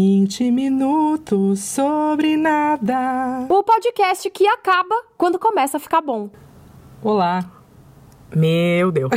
20 minutos sobre nada. O podcast que acaba quando começa a ficar bom. Olá. Meu Deus.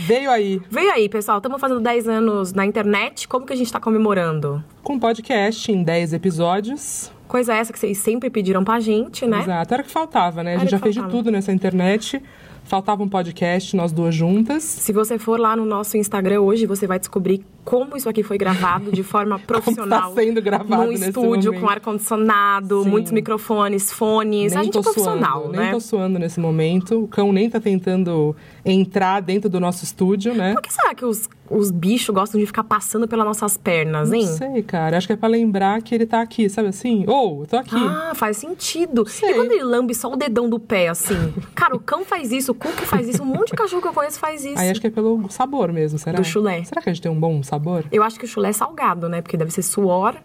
Veio aí Vem aí, pessoal, estamos fazendo 10 anos na internet, como que a gente tá comemorando? com um podcast em 10 episódios. Coisa essa que vocês sempre pediram pra gente, né? Exato, era o que faltava, né? A Era gente o já que fez de faltava. tudo nessa internet. Faltava um podcast, nós duas juntas. Se você for lá no nosso Instagram hoje, você vai descobrir como isso aqui foi gravado de forma profissional. Como tá sendo gravado Num nesse estúdio momento. com ar-condicionado, Sim. muitos microfones, fones. a gente é profissional, suando, né? nem tô suando nesse momento. O cão nem tá tentando entrar dentro do nosso estúdio, né? Por que será que os, os bichos gostam de ficar passando pelas nossas pernas, hein? Não sei, cara. Acho que é pra lembrar que ele tá aqui, sabe assim? Ou, eu tô aqui. Ah, faz sentido. Sei. E quando ele lambe só o dedão do pé, assim? Cara, o cão faz isso, o Cook faz isso, um monte de cachorro que eu conheço faz isso. Aí acho que é pelo sabor mesmo, será? Do chulé. Será que a gente tem um bom sabor? Eu acho que o chulé é salgado, né? Porque deve ser suor.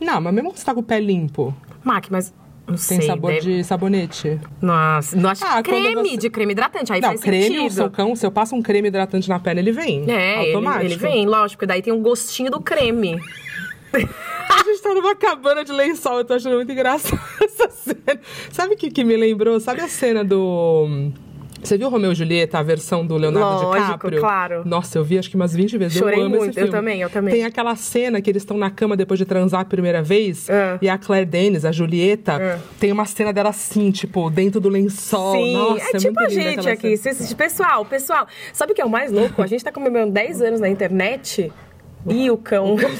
Não, mas mesmo que você tá com o pé limpo, Mac, mas não tem sei. sabor deve... de sabonete. Nossa, não acho Ah, quando creme você- de creme hidratante. Aí não, faz creme, o sentido. seu cão, se eu passo um creme hidratante na pele, ele vem. É, ele, automático. ele vem, lógico. Daí tem o gostinho do creme. A gente tá numa cabana de lençol, eu tô achando muito engraçado essa cena. Sabe o que, que me lembrou? Sabe a cena do. Você viu Romeu e Julieta, a versão do Leonardo Lógico, DiCaprio? claro. Nossa, eu vi acho que umas 20 vezes. Chorei eu amo muito, esse eu filme. também, eu também. Tem aquela cena que eles estão na cama depois de transar a primeira vez. É. E a Claire Denis, a Julieta, É. tem uma cena dela assim, tipo, dentro do lençol. Sim, Nossa, é tipo muito a linda gente aquela aqui. cena. Cês- Pessoal, pessoal, sabe o que é o mais louco? A gente tá comemorando 10 anos na internet e o cão.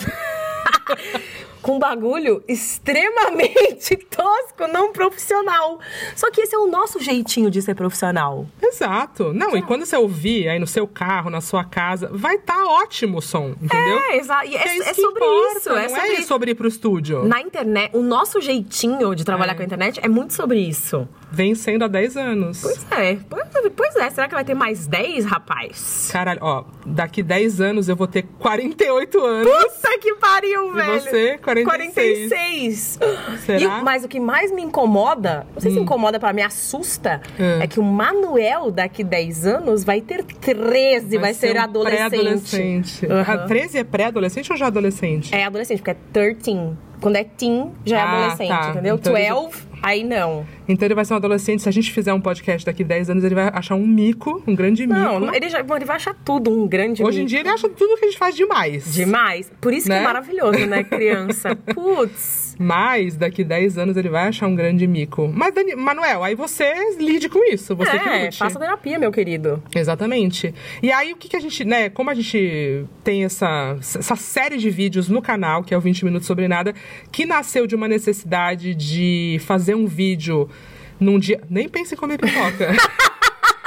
Com um bagulho extremamente tosco, não profissional. Só que esse é o nosso jeitinho de ser profissional. Exato. Não, Então. e quando você ouvir aí no seu carro, na sua casa, vai estar ótimo o som, entendeu? É, exa- e é, É, isso é que sobre importa, isso. Não É sobre isso. ir pro estúdio. Na internet, o nosso jeitinho de trabalhar com a internet é muito sobre isso. Vem sendo há 10 anos. Pois é, pois, pois é. Será que vai ter mais 10, rapaz? Caralho, ó, daqui 10 anos eu vou ter 48 anos. Puta que pariu, velho! você, 46. 46. Será? Hum. E o- mas o que mais me incomoda, não sei se incomoda pra mim, assusta, É. é. que o Manuel daqui 10 anos vai ter 13, vai, ser, um adolescente. pré-adolescente. Uhum. Ah, 13 é pré-adolescente ou já adolescente? É adolescente, porque é 13. Quando é teen, já é Ah, adolescente, tá. entendeu? Então ele já- 12, aí não. Então ele vai ser um adolescente. Se a gente fizer um podcast daqui 10 anos, ele vai achar um mico, um grande Não, mico. ele, já, bom, ele vai achar tudo um grande Hoje em mico. dia ele acha tudo que a gente faz demais. Demais. Por isso que Né? é maravilhoso, né, criança? Putz. Mas daqui 10 anos ele vai achar um grande mico. Mas, Dani, Manuel, aí você lide com isso. Você que é, lute. faça terapia, meu querido. Exatamente. E aí, o que, que a gente, né? Como a gente tem essa, essa série de vídeos no canal, que é o 20 Minutos Sobre Nada, que nasceu de uma necessidade de fazer um vídeo num dia. Nem pense em comer pipoca.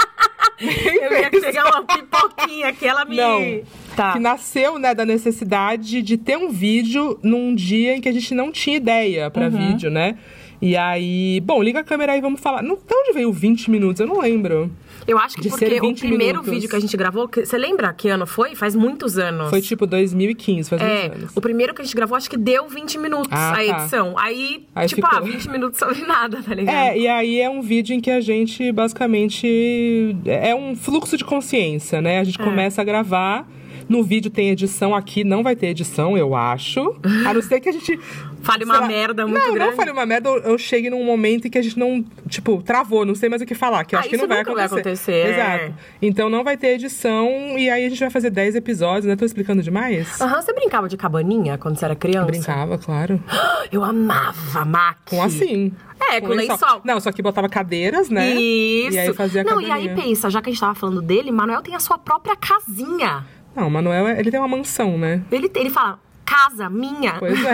Eu ia pegar uma pipoquinha que ela me. Não. Tá. Que nasceu, né, da necessidade de ter um vídeo num dia em que a gente não tinha ideia pra Uhum. vídeo, né? E aí, bom, liga a câmera aí e vamos falar. Não, de onde veio o 20 minutos? Eu não lembro. Eu acho que De ser porque o 20 primeiro minutos. vídeo que a gente gravou, que- você lembra que ano foi? Faz muitos anos. Foi tipo 2015, faz É, uns anos. o primeiro que a gente gravou, acho que deu 20 minutos Ah, tá. a edição. Aí, Aí tipo, ficou. ah, 20 minutos sobre nada, tá ligado? É, e aí é um vídeo em que a gente basicamente. É um fluxo de consciência, né? A É. gente começa a gravar. No vídeo tem edição aqui, não vai ter edição, eu acho. A não ser que a gente. Fale sei uma merda muito não, grande. Não, fale uma merda, eu, eu chegue num momento em que a gente não. Tipo, travou, não sei mais o que falar, que eu Ah, acho que isso não vai nunca acontecer. vai acontecer, é. Exato. Então não vai ter edição, e aí a gente vai fazer 10 episódios, né? Tô explicando demais? Aham, você brincava de cabaninha quando você era criança? Brincava, claro. Eu amava Mac. Com assim. É, com lençol. Não, só que botava cadeiras, né? Isso. E aí fazia Não, e cabaninha. aí pensa, já que a gente tava falando dele, Manuel tem a sua própria casinha. Não, o Manuel, ele tem uma mansão, né? Ele, ele fala, casa minha. Pois é.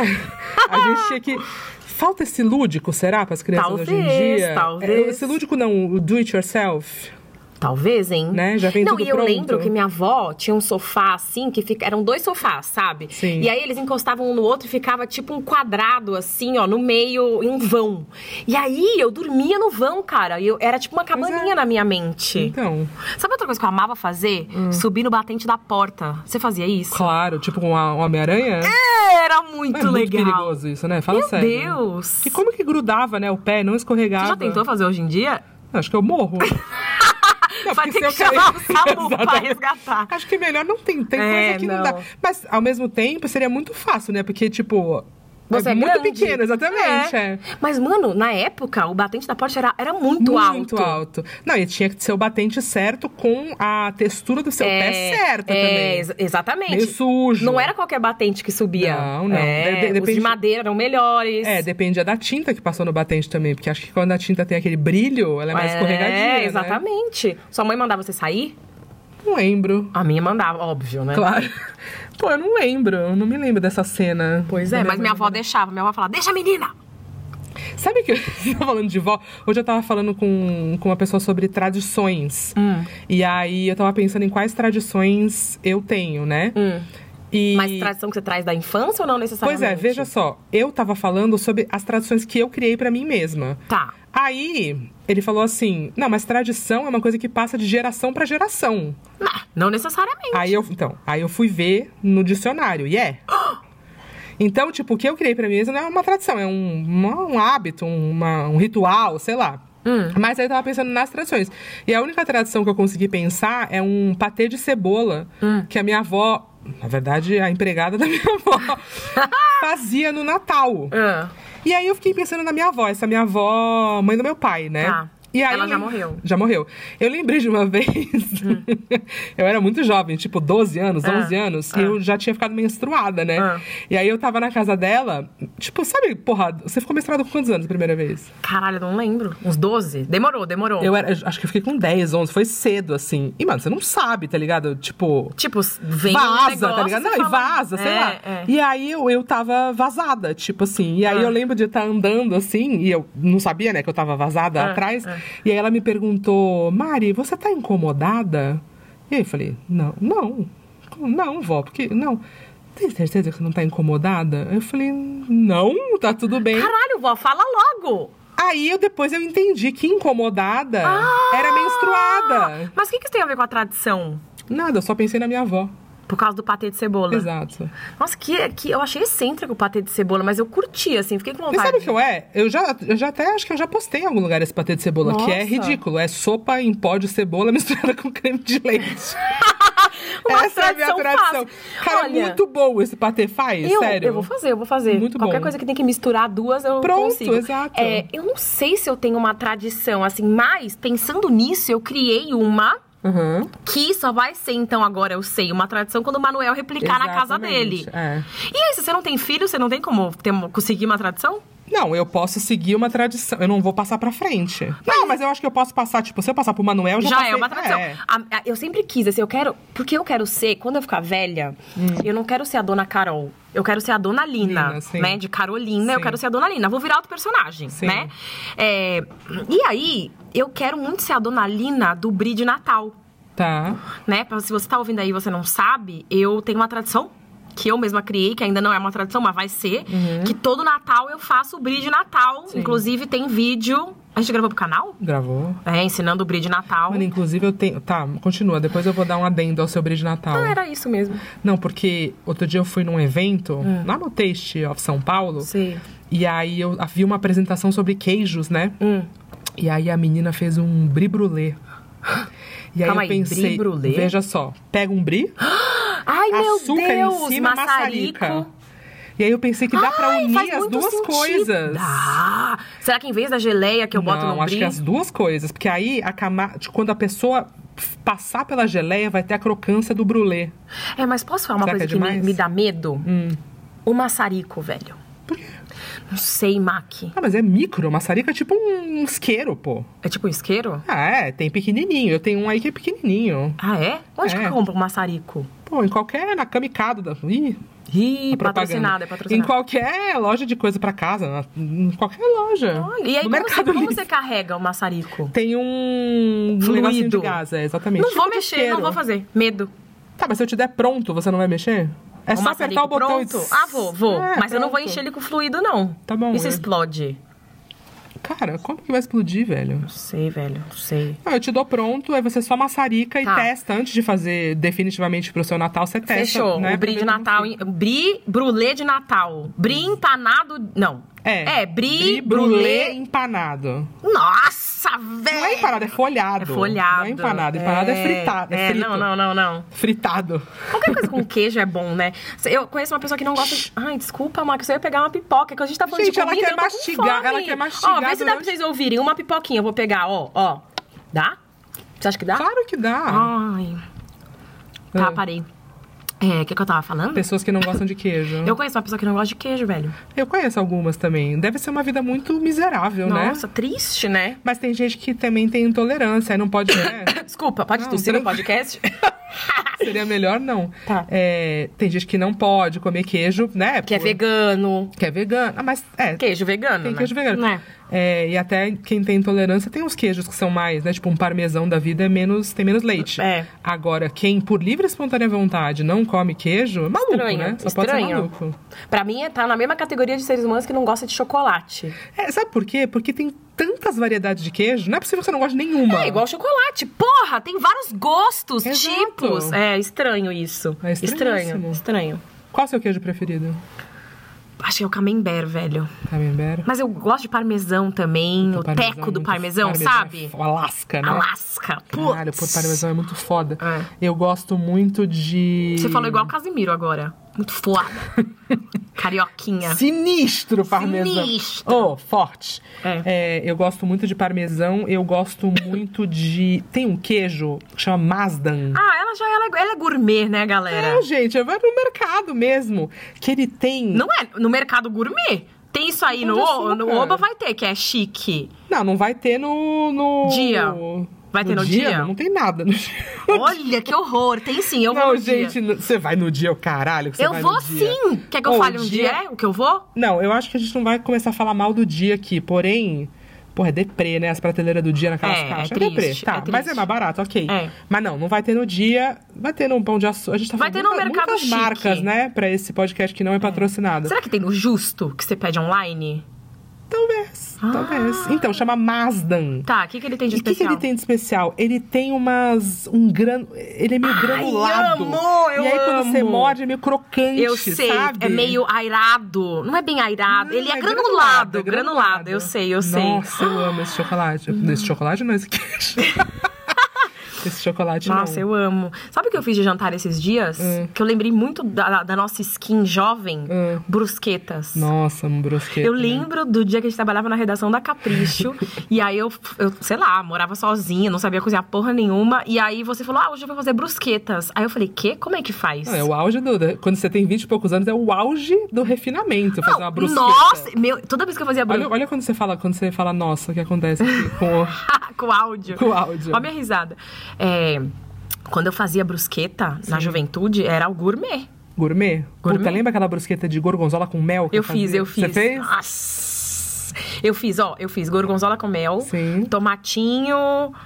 A gente tinha que. Falta esse lúdico, será, para as crianças hoje em Talvez, dia? talvez. É, Esse lúdico não, o do it yourself. Talvez, hein? Né? Já vem Não, tudo e eu pronto. lembro que minha avó tinha um sofá assim, que fica... eram dois sofás, sabe? Sim. E aí eles encostavam um no outro e ficava tipo um quadrado assim, ó, no meio, em um vão. E aí eu dormia no vão, cara. E eu... era tipo uma Pois é. cabaninha na minha mente. Então, Hum. Sabe outra coisa que eu amava fazer? Subir no batente da porta. Você fazia isso? claro, tipo um Homem-Aranha. É, Era muito é muito legal. perigoso isso, né? Fala Meu sério. Deus! E como que grudava, né? O pé não Você escorregava. já tentou fazer hoje em dia? Acho que eu morro. Não, Vai porque ter que se eu chamar o cair- SAMU pra Exatamente. resgatar. Acho que é melhor não tem, tem É, coisa que não. não. dá. Mas ao mesmo tempo seria muito fácil, né? Porque, tipo, Você é, é muito grande. pequeno, exatamente. É. é. Mas, mano, na época, o batente da Porsche era, era muito, Muito alto. Não, e tinha que ser o batente certo com a textura do seu pé certa é, também. ex- Exatamente. Meio sujo. Não era qualquer batente que subia. Não, não. É, De- de- Os de depende- madeira eram melhores. É, dependia da tinta que passou no batente também, porque acho que quando a tinta tem aquele brilho, ela é mais escorregadinha. É, né? exatamente. Sua mãe mandava você sair? Não lembro. A minha mandava, óbvio, né? Claro. Pô, eu não lembro. Eu não me lembro dessa cena. Pois Não é, lembro mas minha avó deixava. Minha avó falava, deixa a menina! Sabe que eu tava falando de vó? Hoje eu tava falando com, com uma pessoa sobre tradições. Hum. E aí eu tava pensando em quais tradições eu tenho, né? E... Hum. Mas tradição que você traz da infância ou não necessariamente? Pois é, veja só. Eu tava falando sobre as tradições que eu criei pra mim mesma. Tá. Aí ele falou assim: não, mas tradição é uma coisa que passa de geração pra geração. Não, não necessariamente. Aí eu, então, aí eu fui ver no dicionário, e é. Então, tipo, o que eu criei pra mim mesma não é uma tradição, é um, uma- um hábito, uma- um ritual, sei lá. Mas aí eu tava pensando nas tradições. E a única tradição que eu consegui pensar é um patê de cebola que a minha avó, na verdade, a empregada da minha avó, fazia no Natal. Ah, E aí eu fiquei pensando na minha avó, essa minha avó, mãe do meu pai, né? Tá. E aí Ela eu já lem- morreu. Já morreu. Hum. Eu lembrei de uma vez. eu era muito jovem, tipo 12 anos, Ah, 11 anos, ah. e eu já tinha ficado menstruada, né? Ah. E aí eu tava na casa dela, tipo, sabe, porra, você ficou menstruada com quantos anos a primeira vez? caralho, eu não lembro. Uns 12? Demorou, demorou. Eu era, acho que eu fiquei com 10, 11, foi cedo assim. E mano, você não sabe, tá ligado? Tipo, Tipo, vem um vaza, negócio, tá ligado? Não, você e fala- vaza, sei É, lá. é. E aí eu, eu tava vazada, tipo assim. E aí Ah. eu lembro de estar andando assim, e eu não sabia, né, que eu tava vazada Ah, atrás. ah. E aí ela me perguntou, Mari, você tá incomodada? E aí eu falei, não, não, não, vó, porque não. Tem certeza que você não tá incomodada? Eu falei, não, tá tudo bem. Caralho, vó, fala logo! Aí eu depois eu entendi que incomodada era menstruada. Ah, Mas o que, que isso tem a ver com a tradição? Nada, eu só pensei na minha avó. Por causa do patê de cebola. Exato. Nossa, que, que eu achei excêntrico o patê de cebola, mas eu curti, assim, fiquei com E vontade. sabe o que eu é? Eu já, eu já até acho que eu já postei em algum lugar esse patê de cebola, que é Nossa. ridículo. É sopa em pó de cebola misturada com creme de leite. Uma Essa é a minha tradição tradição. fácil. Cara, Olha, é muito bom esse patê faz, eu, sério. eu vou fazer, eu vou fazer. Muito Qualquer bom. coisa que tem que misturar duas, eu Pronto, consigo. exato. É, eu não sei se eu tenho uma tradição, assim, mas pensando nisso, eu criei uma Uhum. que só vai ser, então, agora eu sei, uma tradição quando o Manuel replicar na casa Exatamente, dele. é. E aí, se você não tem filho, você não tem como ter, conseguir uma tradição? Não, eu posso seguir uma tradição. Eu não vou passar pra frente. Não, mas eu acho que eu posso passar, tipo, se eu passar pro Manuel, eu já Já passei- é uma tradição. É. A- a- eu sempre quis, assim, eu quero. Porque eu quero ser, quando eu ficar velha, eu não quero ser a dona Carol. Eu quero ser a dona Lina, Hum. Lina, sim. né? De Carolina, eu Sim. quero ser a dona Lina. Vou virar outro personagem, Sim. né? É, e aí, eu quero muito ser a dona Lina do Bri de Natal, Tá. né? Pra- Se você tá ouvindo aí e você não sabe, eu tenho uma tradição que eu mesma criei, que ainda não é uma tradição, mas vai ser, Uhum. que todo Natal eu faço o Bri de Natal. Inclusive, tem vídeo. A gente gravou pro canal? Gravou. É, ensinando o Bri de Natal. Mano, inclusive eu tenho. Tá, continua. Depois eu vou dar um adendo ao seu brinde de Natal. Ah, era isso mesmo. Não, porque outro dia eu fui num evento É. lá no Taste of São Paulo. Sei. E aí eu havia uma apresentação sobre queijos, né? Hum. E aí a menina fez um brie brulé. E aí eu Calma aí, pensei, brie brûlée? veja só, pega um brie, Ai, meu açúcar Deus! em cima, maçarico. maçarica. E aí eu pensei que dá pra Ai, faz unir as muito duas sentido. coisas. Dá. Será que em vez da geleia que eu boto Não, no acho brie... que as duas coisas, porque aí a camada, quando a pessoa f- passar pela geleia vai ter a crocância do brulé. É, mas posso falar uma Será coisa que é que, me, demais? Hum. me dá medo? O maçarico, velho. Não sei, Mac. Ah, mas é micro, maçarica é tipo um isqueiro, pô. É tipo um isqueiro? Ah, é, tem pequenininho. Eu tenho um aí que é pequenininho. Ah, é? Onde que É. eu compro um maçarico? Pô, em qualquer. Na kamikado da. Ih, Ih, a propaganda. patrocinado, é patrocinado. Em qualquer loja de coisa pra casa. na- Em qualquer loja. Olha, e aí, no como, você, mercado como Livre. você carrega o maçarico? Tem um. um Fluido. negocinho de gás, é, exatamente. Não Tipo vou de mexer, isqueiro. não vou fazer. Medo. Tá, mas se eu te der pronto, você não vai mexer? É O só maçarico apertar o botão pronto? e. Ah, vou, vou. É, Mas eu não vou pronto. encher ele com fluido, não. Tá bom, Isso eu- explode. Cara, como que vai explodir, velho? Não sei, velho. Não sei. Não, eu te dou pronto, aí você só maçarica Tá. e testa. Antes de fazer definitivamente pro seu Natal, você testa. Fechou. né, o brie de pra ver como Natal. fica. Brie, brulê de Natal. Brie empanado. Não. Hum. É. É, brie, brulé brulé. empanado. Nossa, velho! Não é empanado, é folhado. É folhado. Não é empanado. Empanado é, fritado. É, É, frito. não, não, não, não. Fritado. Qualquer coisa com queijo é bom, né? Eu conheço uma pessoa que não gosta de... Ai, desculpa, Marcos, eu ia pegar uma pipoca, que a gente tá falando Gente, de ela comida, quer eu tô com mastigar, fome. ela quer mastigar Ó, vê se dá pra durante- vocês ouvirem. Uma pipoquinha, eu vou pegar, ó, ó. Dá? Você acha que dá? Claro que dá. Ai. Tá, É. parei. É, o que, que eu tava falando? Pessoas que não gostam de queijo. Eu conheço uma pessoa que não gosta de queijo, velho. Eu conheço algumas também. Deve ser uma vida muito miserável, né? Nossa, triste, né? Mas tem gente que também tem intolerância, aí não pode. Né? Desculpa, pode Não, um tossir no tranquilo. podcast? Seria melhor não. Tá. É, tem gente que não pode comer queijo, né? que é por- vegano. Que é vegano. Ah, mas é. Queijo vegano, Tem né? queijo vegano. Né? É, e até quem tem intolerância tem uns queijos que são mais, né? Tipo, um parmesão da vida é menos, tem menos leite. É. Agora, quem por livre e espontânea vontade não come queijo, é maluco, Estranho, né? Só pode ser estranho. maluco. Pra mim, é tá na mesma categoria de seres humanos que não gosta de chocolate. É, sabe por quê? Porque tem tantas variedades de queijo, não é possível que você não goste de nenhuma. É igual chocolate. Porra, tem vários gostos, Exato. tipos. É estranho isso. É estranhíssimo. estranho, estranho. Qual o seu queijo preferido? Acho que é o camembert, velho. Camembert. Mas eu gosto de parmesão também, o Parmesão é teco do muito- parmesão, é sabe? fo- Alasca, né? Alasca. Caralho, pô, Putz. parmesão é muito foda. É. Eu gosto muito de. Você falou igual o Casimiro agora. Muito foda. Carioquinha. Sinistro parmesão. Sinistro. Oh, forte. É. É, eu gosto muito de parmesão. Eu gosto muito de. Tem um queijo que chama Mazdan. Ah, ela já ela é, ela é gourmet, né, galera? É, gente, eu vou no mercado mesmo. Que ele tem. Não é no mercado gourmet. Tem isso aí no, Pão de O- no açúcar. Oba, vai ter, que é chique. Não, não vai ter no. no... Dia. Vai ter no dia? Não tem nada no dia. Olha, que horror. Tem sim, eu vou não, no dia. gente, no- você vai no dia, o caralho. que você Eu vai vou no dia. sim. Quer que eu Ou fale o um dia- dia? É? O que eu vou? Não, eu acho que a gente não vai começar a falar mal do dia aqui, porém. Porra, é deprê, né? As prateleiras do dia naquelas É, é caixas. triste, deprê. Tá, é triste. mas é mais barato, ok. É. Mas não, não vai ter no dia, vai ter no pão de açúcar. A gente tá Vai falando ter no muita- mercado muitas chique. marcas, né? Pra esse podcast que não é patrocinado. Será que tem no justo que você pede online? Talvez, Ah. talvez. Então, chama Mazdan. Tá, o que, que ele tem de E o que, que especial? ele tem de especial? Ele tem umas. um gran... Ele é meio granulado. amo, eu e aí, quando você amo. morde, é meio crocante. Eu sei, sabe? é meio airado. Não é bem airado, Não, ele é, é granulado, granulado, granulado, é granulado. Eu sei, Uhum. eu Nossa, sei. eu amo esse chocolate. Esse chocolate não, esse queijo. esse chocolate Nossa, não. eu amo. Sabe o que eu fiz de jantar esses dias? Que eu lembrei muito da, da nossa skin jovem, Hum. brusquetas. Nossa, um brusquete. Eu né? lembro do dia que a gente trabalhava na redação da Capricho. e aí eu, eu, sei lá, morava sozinha, não sabia cozinhar porra nenhuma. E aí você falou, ah, hoje eu vou fazer brusquetas. Aí eu falei, quê? Como é que faz? Não, é o auge do. da- Quando você tem 20 e poucos anos, é o auge do refinamento. Fazer Não, uma brusqueta. Nossa, meu, toda vez que eu fazia Olha, brusqueta olha quando você fala, quando você fala, nossa, o que acontece aqui com o, com áudio. com o áudio. Olha a minha risada. É, quando eu fazia brusqueta na juventude, era o gourmet. Gourmet? Gourmet. Puta, lembra aquela brusqueta de gorgonzola com mel? Que Eu fiz, fazia? eu fiz. Você fez? Nossa. Eu fiz, ó, eu fiz gorgonzola com mel, Sim. tomatinho,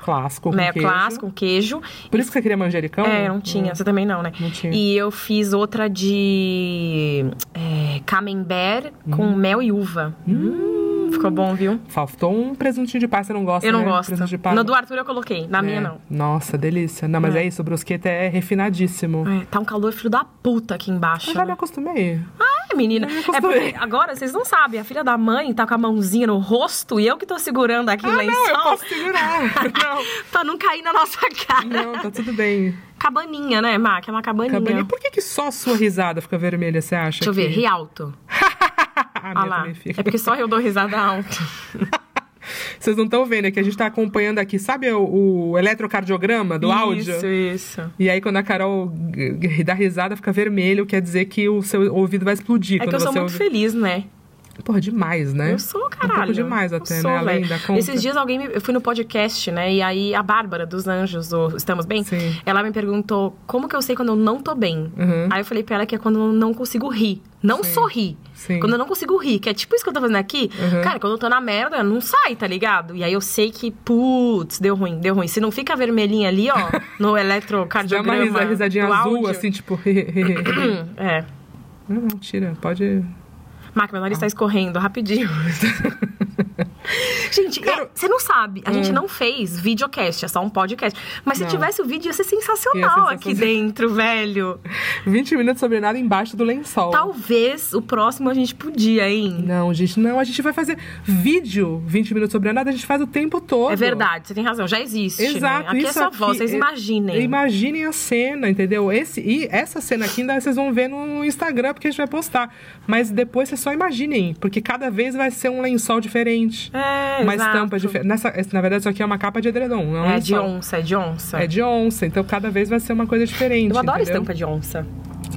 Clássico. Com né, queijo. clássico, queijo. Por isso que você queria manjericão? É, não tinha. Você também não, né? Não tinha. E eu fiz outra de é, camembert com mel e uva. Hum, Ficou bom, viu? Faltou um presuntinho de paz, você não gosta, Eu não né? gosto. Presunto de paz. No do Arthur eu coloquei, na minha É. não. Nossa, delícia. Não, mas é, isso, o brusqueta é refinadíssimo. É, tá um calor filho da puta aqui embaixo. Eu já me né? acostumei. É, menina. Eu É acostumei. porque agora vocês não sabem, a filha da mãe tá com a mãozinha no rosto e eu que tô segurando Ah, aqui o lençol segurar. pra não cair na nossa cara. não, não, tá tudo bem. Cabaninha, né, Má? Que é uma cabaninha. Cabane... Por que, que só a sua risada fica vermelha, você acha? Deixa eu ver, que... Rialto. a minha Ah lá. também fica. É porque só eu dou risada alta. Vocês não estão vendo, é que a gente tá acompanhando aqui, sabe o, o eletrocardiograma do áudio? Isso, isso. E aí, quando a Carol g- g- dá risada, fica vermelho, quer dizer que o seu ouvido vai explodir. É quando que eu sou você muito ouve... feliz, né? Porra, demais, né? Eu sou, Um caralho. pouco demais Eu até, sou, né? Além velho. da conta. Esses dias alguém me... Eu fui no podcast, né? E aí a Bárbara dos Anjos, do Estamos Bem, Sim. ela me perguntou como que eu sei quando eu não tô bem. Uhum. Aí eu falei pra ela que é quando eu não consigo rir. Não sorrir. Sim. Uhum. Quando eu não consigo rir, que é tipo isso que eu tô fazendo aqui. Cara, quando eu tô na merda, não sai, tá ligado? E aí eu sei que, putz, deu ruim, deu ruim. Se não fica vermelhinha ali, ó, Dá no uma eletrocardiograma. risa- risadinha do azul, áudio. assim, tipo... ri, ri, ri, ri. É. não, não, tira. Pode... Ah. Marca, meu nariz tá escorrendo, rapidinho. Gente, é, você não sabe. A gente não fez videocast, é só um podcast. Mas se Hum. Não. tivesse o vídeo, ia ser sensacional, Ia ser sensacional. aqui dentro, velho. 20 minutos sobre nada embaixo do lençol. Talvez Tá o próximo a gente podia, hein? É Não, gente, não. A gente vai fazer vídeo 20 minutos sobre nada, a gente faz o tempo todo. É verdade, você tem razão, já existe. né? Exato. Aqui isso é só voz, vocês é- imaginem. Imaginem a cena, entendeu? Esse, e essa cena aqui ainda vocês vão ver no Instagram, porque a gente vai postar. Mas depois vocês só imaginem, porque cada vez vai ser um lençol diferente. É, uma exato. estampa diferente. Nessa, esse- na verdade, isso aqui é uma capa de edredom, não é um É de lençol. onça, é de onça. É de onça, então cada vez vai ser uma coisa diferente. Eu adoro entendeu? estampa de onça.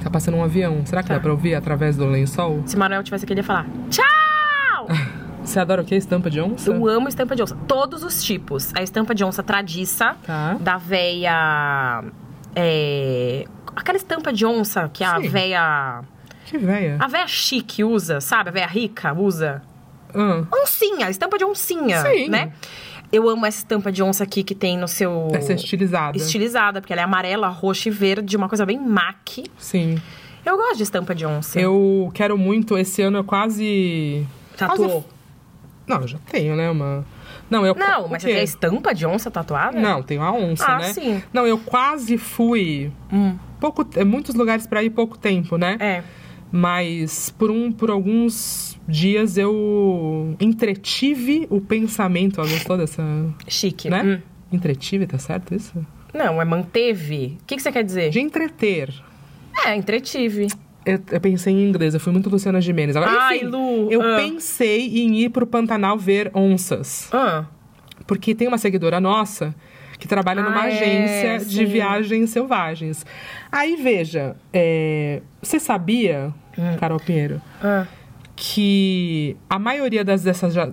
Tá passando um avião. Será que Tá. dá pra ouvir através do lençol? Se Manuel tivesse aqui, ele ia falar: Tchau! Você adora o quê? Estampa de onça? Eu amo estampa de onça. Todos os tipos. A estampa de onça tradiça, Tá. da véia. É, aquela estampa de onça que a Sim. véia. Que véia. A véia chique usa, sabe? A véia rica usa. Ah. Oncinha, estampa de oncinha, Sim. né? Eu amo essa estampa de onça aqui que tem no seu. Essa é estilizada. Estilizada, porque ela é amarela, roxa e verde, uma coisa bem maque. Sim. Eu gosto de estampa de onça. Eu quero muito. Esse ano eu quase. Tatuou? Quase- Não, eu já tenho, né? Uma. Não, eu. Não, o mas quê? você tem a estampa de onça tatuada? Não, tenho a onça, Ah, né? sim. Não, eu quase fui. Hum, Pouco, muitos lugares pra ir pouco tempo, né? é. Mas por, um, por alguns dias eu entretive o pensamento. Ó, gostou dessa. Chique. né? Hum. Entretive, tá certo isso? Não, é manteve. O que, que você quer dizer? De entreter. É, entretive. Eu, eu pensei em inglês, eu fui muito Luciana Gimenez. Agora, Ai, enfim, Lu, eu ah. pensei em ir pro Pantanal ver onças. Ah, Porque tem uma seguidora nossa que trabalha numa Ah, é, agência sim. de viagens selvagens. Aí, veja, é, você sabia, Hum. Carol Pinheiro, ah. que a maioria das, dessas, ja-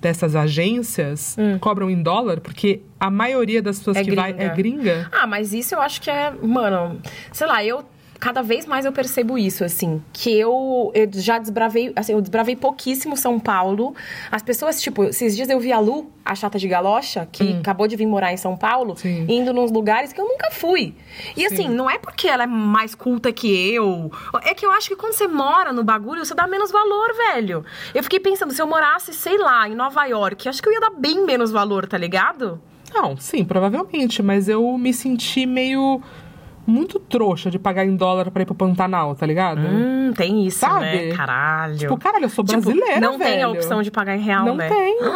dessas agências cobram em dólar? Porque a maioria das pessoas Hum. É que vai é gringa. gringa. Ah, mas isso eu acho que é, mano, sei lá, eu cada vez mais eu percebo isso, assim, que eu, eu já desbravei, assim, eu desbravei pouquíssimo São Paulo. As pessoas, tipo, esses dias eu vi a Lu, a chata de galocha, que acabou de vir morar em São Paulo, Sim. indo nos lugares que eu nunca fui. E assim, não é porque ela é mais culta que eu, é que eu acho que quando você mora no bagulho, você dá menos valor, velho. Eu fiquei pensando, se eu morasse, sei lá, em Nova York, eu acho que eu ia dar bem menos valor, tá ligado? Não, sim, provavelmente, mas eu me senti meio. muito trouxa de pagar em dólar pra ir pro Pantanal, tá ligado? Hum, tem isso, Sabe? né? Caralho. Tipo, caralho, eu sou Tipo, brasileira, não velho. tem a opção de pagar em real, Não né? tem.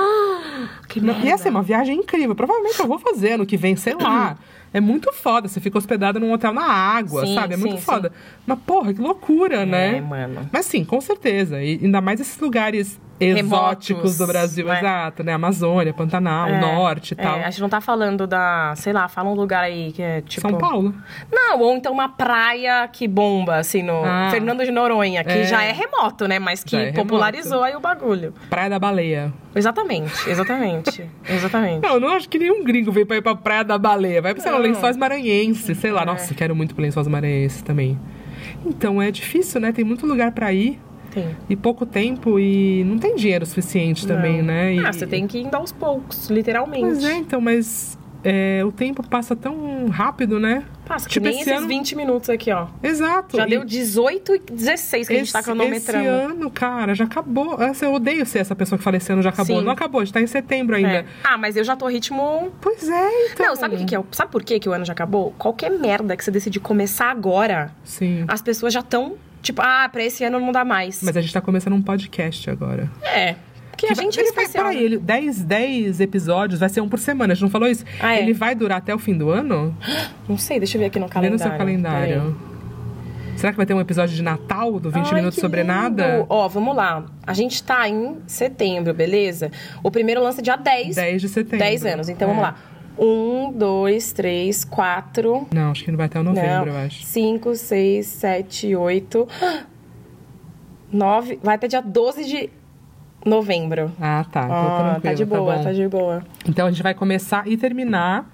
Que Não, assim, merda. ia ser uma viagem incrível. Provavelmente eu vou fazer ano que vem, sei lá. É muito foda. Você fica hospedada num hotel na água, Sim, sabe? É muito sim, foda. Mas, porra, que loucura, É, né? mano. Mas sim, com certeza. E ainda mais esses lugares exóticos Remotos, do Brasil. né? Exato, né? Amazônia, Pantanal, É, Norte e é, tal. a gente não tá falando da, sei lá, fala um lugar aí que é tipo. São Paulo. Não, ou então uma praia que bomba, assim, no Ah. Fernando de Noronha, que É. já é remoto, né? Mas que Já é remoto. popularizou aí o bagulho. Praia da Baleia. Exatamente, exatamente. exatamente. Não, eu não acho que nenhum gringo veio pra ir pra Praia da Baleia. Vai pra, sei lá, Não. É. Lençóis Maranhenses, sei lá. Nossa, eu quero muito pro Lençóis Maranhenses também. Então, é difícil, né? Tem muito lugar pra ir. Tem. e pouco tempo e não tem dinheiro suficiente também, Não. né? E- Ah, você tem que ir aos poucos, literalmente. Pois é, então, mas é, o tempo passa tão rápido, né? Passa, que Tipo, nem esse esses ano- 20 minutos aqui, ó. Exato. Já e deu 18 e 16 que a gente tá cronometrando. esse ano, cara, já acabou. Assim, eu odeio ser essa pessoa que fala esse ano já acabou. Sim. Não acabou, a gente tá em setembro ainda. É. Ah, mas eu já tô ritmo. Pois é, então. Não, sabe o que, que é? Sabe por que, que o ano já acabou? Qualquer merda que você decidir começar agora, Sim. as pessoas já estão, tipo, ah, pra esse ano não dá mais. Mas a gente tá começando um podcast agora. É. Porque a vai- gente é ele vai, especial. peraí, né? ele, 10, 10 episódios, vai ser um por semana, a gente não falou isso? Ah, é. Ele vai durar até o fim do ano? né? Não sei, deixa eu ver aqui no Vê calendário. no seu calendário. Será que vai ter um episódio de Natal do 20 Ai, minutos que sobre lindo. nada? Ó, vamos lá. A gente tá em setembro, beleza? O primeiro lança dia 10. 10 de setembro. 10 anos. Então É. vamos lá. Um, dois, três, quatro. Não, acho que não vai até o novembro, eu não. acho. 5, 6, 7, 8, 9. Vai até dia 12 de novembro. Ah, tá. Então Ah, tranquilo, tá de boa, bom. tá, de boa. Então a gente vai começar e terminar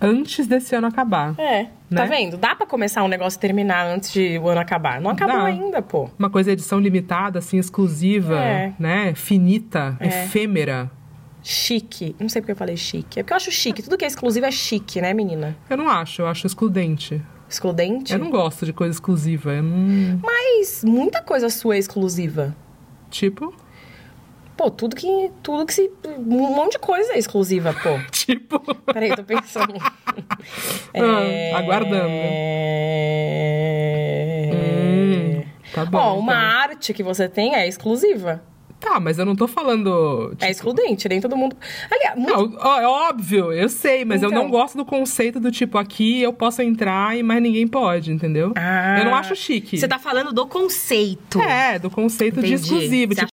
antes desse ano acabar. É. Tá Né? vendo? Dá pra começar um negócio e terminar antes de o ano acabar. Não acabou Dá. ainda, pô. Uma coisa edição limitada, assim, exclusiva, É. né? Finita, É. efêmera. Chique. Não sei porque eu falei chique. É porque eu acho chique. Tudo que é exclusivo é chique, né, menina? Eu não acho, eu acho excludente. Excludente. Eu não gosto de coisa exclusiva. Eu não... Mas muita coisa sua é exclusiva. Tipo, Pô, tudo que. Tudo que se. Um monte de coisa é exclusiva, pô. Tipo. Peraí, tô pensando. Ah, aguardando. É... Hum, tá bom. Ó, uma então. arte que você tem é exclusiva. Tá, mas eu não tô falando. É excludente, nem todo mundo. Aliás, muito Tipo. Não, ó, é óbvio, eu sei, mas eu Então. não gosto do conceito do tipo, aqui eu posso entrar e mais ninguém pode, entendeu? Ah. tá- eu não acho chique. Você tá falando do conceito. É, do conceito Entendi. de exclusivo. Você tipo,